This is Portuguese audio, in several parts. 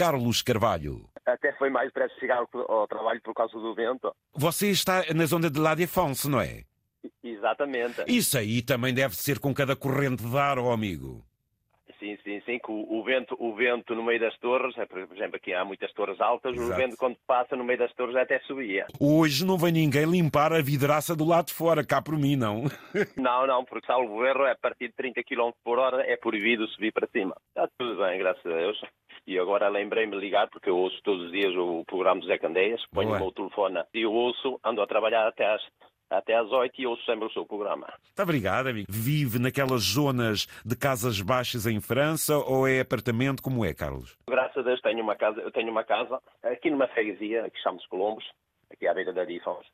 Carlos Carvalho. Até foi mais para chegar ao, ao trabalho por causa do vento. Você está na zona de La Défense, não é? Exatamente. Isso aí também deve ser com cada corrente de ar, ó amigo. Sim, sim, sim, que o, o vento, o vento no meio das torres, é, por exemplo, aqui há muitas torres altas, o Exato. vento quando passa no meio das torres até subia. Hoje não vem ninguém limpar a vidraça do lado de fora, cá por mim, não. Não, não, porque salvo erro, a partir de 30 km por hora é proibido subir para cima. Está tudo bem, graças a Deus. E agora lembrei-me de ligar, porque eu ouço todos os dias o programa do Zé Candeias, ponho Boa. o meu telefone e eu ouço, ando a trabalhar até às, até às 8 e ouço sempre o seu programa. Está Tá obrigado, amigo. Vive naquelas zonas de casas baixas em França ou é apartamento? Como é, Carlos? Graças a Deus tenho uma casa, eu tenho uma casa aqui numa freguesia que chamamos Colombos, aqui à beira da Difons.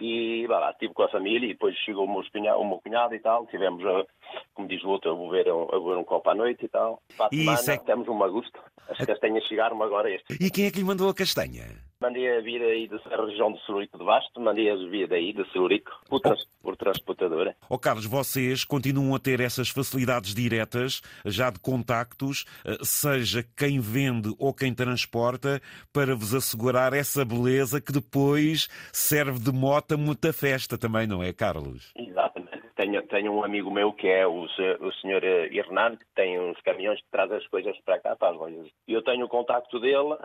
E vá lá, estive com a família e depois chegou o meu cunhado, o meu cunhado e tal. Tivemos, eh, como diz o outro, a beber um, a beber um copo à noite e tal. Para a E semana, isso é- temos um agosto. As castanhas chegaram agora este. E quem é que lhe mandou a castanha? Mandei a vir aí da região de Celurico de Basto, mandei a vir daí, de Celurico, por, trans, por transportadora. Ó Carlos, vocês continuam a ter essas facilidades diretas, já de contactos, eh, seja quem vende ou quem transporta, para vos assegurar essa beleza que depois serve de mota a muita festa também, não é, Carlos? Exatamente. Tenho, tenho um amigo meu que é o, se- o senhor Hernando, que tem uns caminhões que traz as coisas para cá, para as lojas. E eu tenho o contacto dele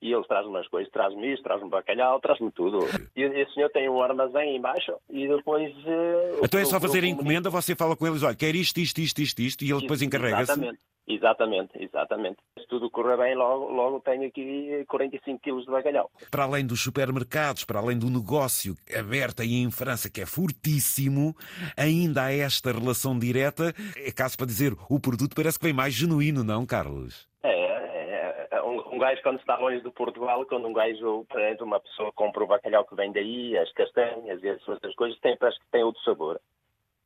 e ele traz-me as coisas, traz-me isto, traz-me bacalhau, traz-me tudo. E esse senhor tem um armazém embaixo e depois... eh, o- Então é só o- fazer o- a encomenda, você fala com eles, olha, quer isto, isto, isto, isto, isto, e ele depois encarrega-se. Exatamente. Exatamente, exatamente. Se tudo correr bem, logo, logo tenho aqui 45 quilos de bacalhau. para além dos supermercados, para além do negócio aberto aí em França, que é fortíssimo, ainda há esta relação direta. É caso para dizer, o produto parece que vem mais genuíno, não, Carlos? É, é, é, um, um gajo quando está longe do Portugal, quando um gajo prende uma pessoa, compra o bacalhau que vem daí, as castanhas e as outras coisas, tem, parece que tem outro sabor.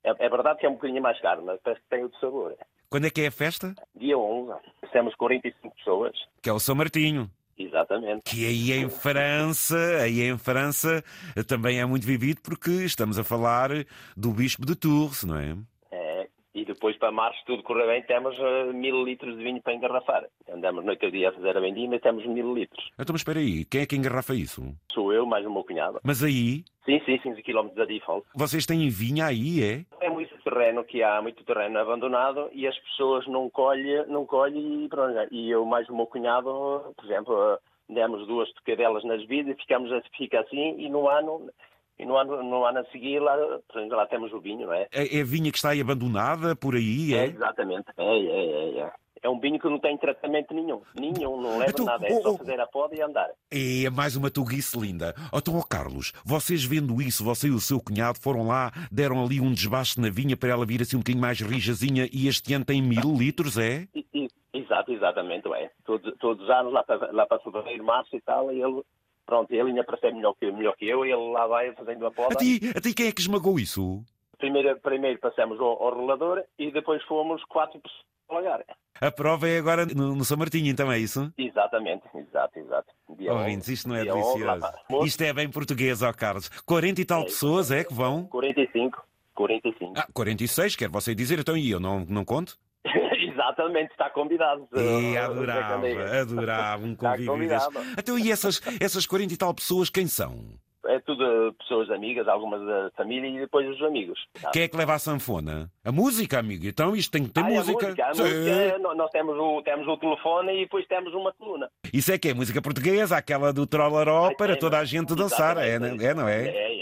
É, é verdade que é um bocadinho mais caro, mas parece que tem outro sabor. Quando é que é a festa? Dia 11, temos 45 pessoas. Que é o São Martinho. Exatamente. Que aí em França, aí em França, eh, também é muito vivido porque estamos a falar do Bispo de Tours, não é? É, e depois para março, se tudo correr bem, temos eh, mil litros de vinho para engarrafar. Andamos noite a dia a fazer a vendinha, mas temos mil litros. Então, mas espera aí, quem é que engarrafa isso? Sou eu mais o meu cunhado. Mas aí, Sim, sim, 15 km da default. vocês têm vinha aí, é? É muito terreno que há, muito terreno abandonado e as pessoas não colhem não colhe e pronto. E eu mais o meu cunhado, por exemplo, eh, demos duas tocadelas nas vidas e ficamos a- fica assim e no ano, e no ano, no ano a seguir lá, por exemplo, lá temos o vinho, não é? É é vinha que está aí abandonada por aí, é? exatamente. É, é, é, é. É um vinho que não tem tratamento nenhum. Nenhum, não leva Então, nada. É o- só o- fazer a poda e andar. É mais uma tuguice linda. Oh, Então, ó Carlos, vocês vendo isso, você e o seu cunhado foram lá, deram ali um desbaste na vinha para ela vir assim um bocadinho mais rijazinha e este ano tem mil litros, é? E- e- Exato, exatamente, é. Todos, todos os anos, lá para, lá para fevereiro, março e tal, e ele, pronto, ele ainda percebe melhor que, melhor que eu, e ele lá vai fazendo a A poda. ti, a ti quem é que esmagou isso? Primeiro, primeiro passamos ao, ao rolador e depois fomos quatro pessoas a pagar. A prova é agora no, no São Martinho, então é isso? Exatamente, exato, exato. Dia Ouvintes, 11, isto não é dia 11, lá delicioso. para- Isto é bem português, ó Carlos. 40 e tal É. pessoas é que vão? 45, 45. Ah, 46, quer você dizer, então e eu não, não conto? exatamente, está convidado. E eh, adorava, Zé Candeia. adorava um Está convívio desse. convidado. Então, e essas, essas 40 e tal pessoas, quem são? É tudo eh, pessoas amigas, algumas da família e depois os amigos. sabe? Quem é que leva a sanfona? A música, amigo. Então isto tem que ter Ah, é a música. música, a Sim. música, eh, nó- nós temos o, temos o telefone e depois temos uma coluna. Isso é que é música portuguesa, aquela do trolaró Oh, para toda a gente dançar. É, Exatamente. não- é, não é? É, é.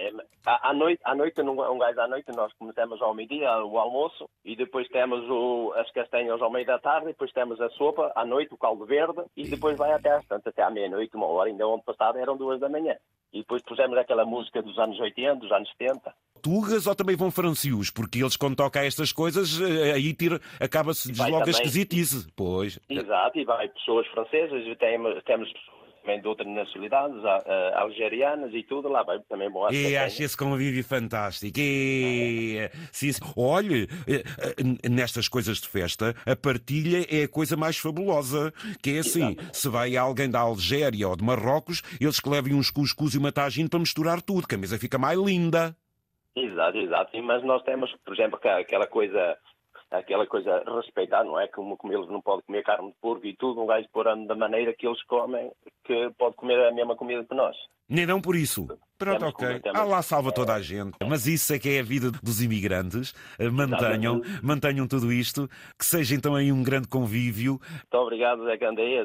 À, à noite, à noite, num- um gajo à noite, nós começamos ao meio-dia o almoço e depois temos o- as castanhas ao meio da tarde, depois temos a sopa à noite, o caldo verde e depois vai até às tantas, até à meia-noite, uma hora, ainda ontem passado eram duas da manhã. E depois pusemos aquela música dos anos 80, dos anos 70. Tugas ou também vão francios? Porque eles, quando tocam estas coisas, eh, aí tira- acaba-se, vai desloga também. esquisitice. Pois. Exato, e vai pessoas francesas, e temos, temos pessoas também de outras nacionalidades, a- a- algerianas e tudo, lá vai também É. boas E castanhas. acho esse convívio fantástico. E... Sim, sim. Olhe, eh, eh, n- nestas coisas de festa, a partilha é a coisa mais fabulosa. Que é assim: se vai alguém da Algéria ou de Marrocos, eles que levem uns cuscuz e uma tagine para misturar tudo, que a mesa fica mais linda. Exato, exato. Sim, Mas nós temos, por exemplo, aqua- aquela coisa aquela coisa respeitar, não é? Como, como eles não podem comer carne de porco e tudo, um gajo pôr da maneira que eles comem, que pode comer a mesma comida que nós. Nem não por isso. Pronto, Temos ok. como- temos- Ah, lá salva toda a gente. Mas isso é que é a vida dos imigrantes. Eh, Mantenham, mantenham tudo isto. Que seja então aí um grande convívio. Muito obrigado, Zé Candeias.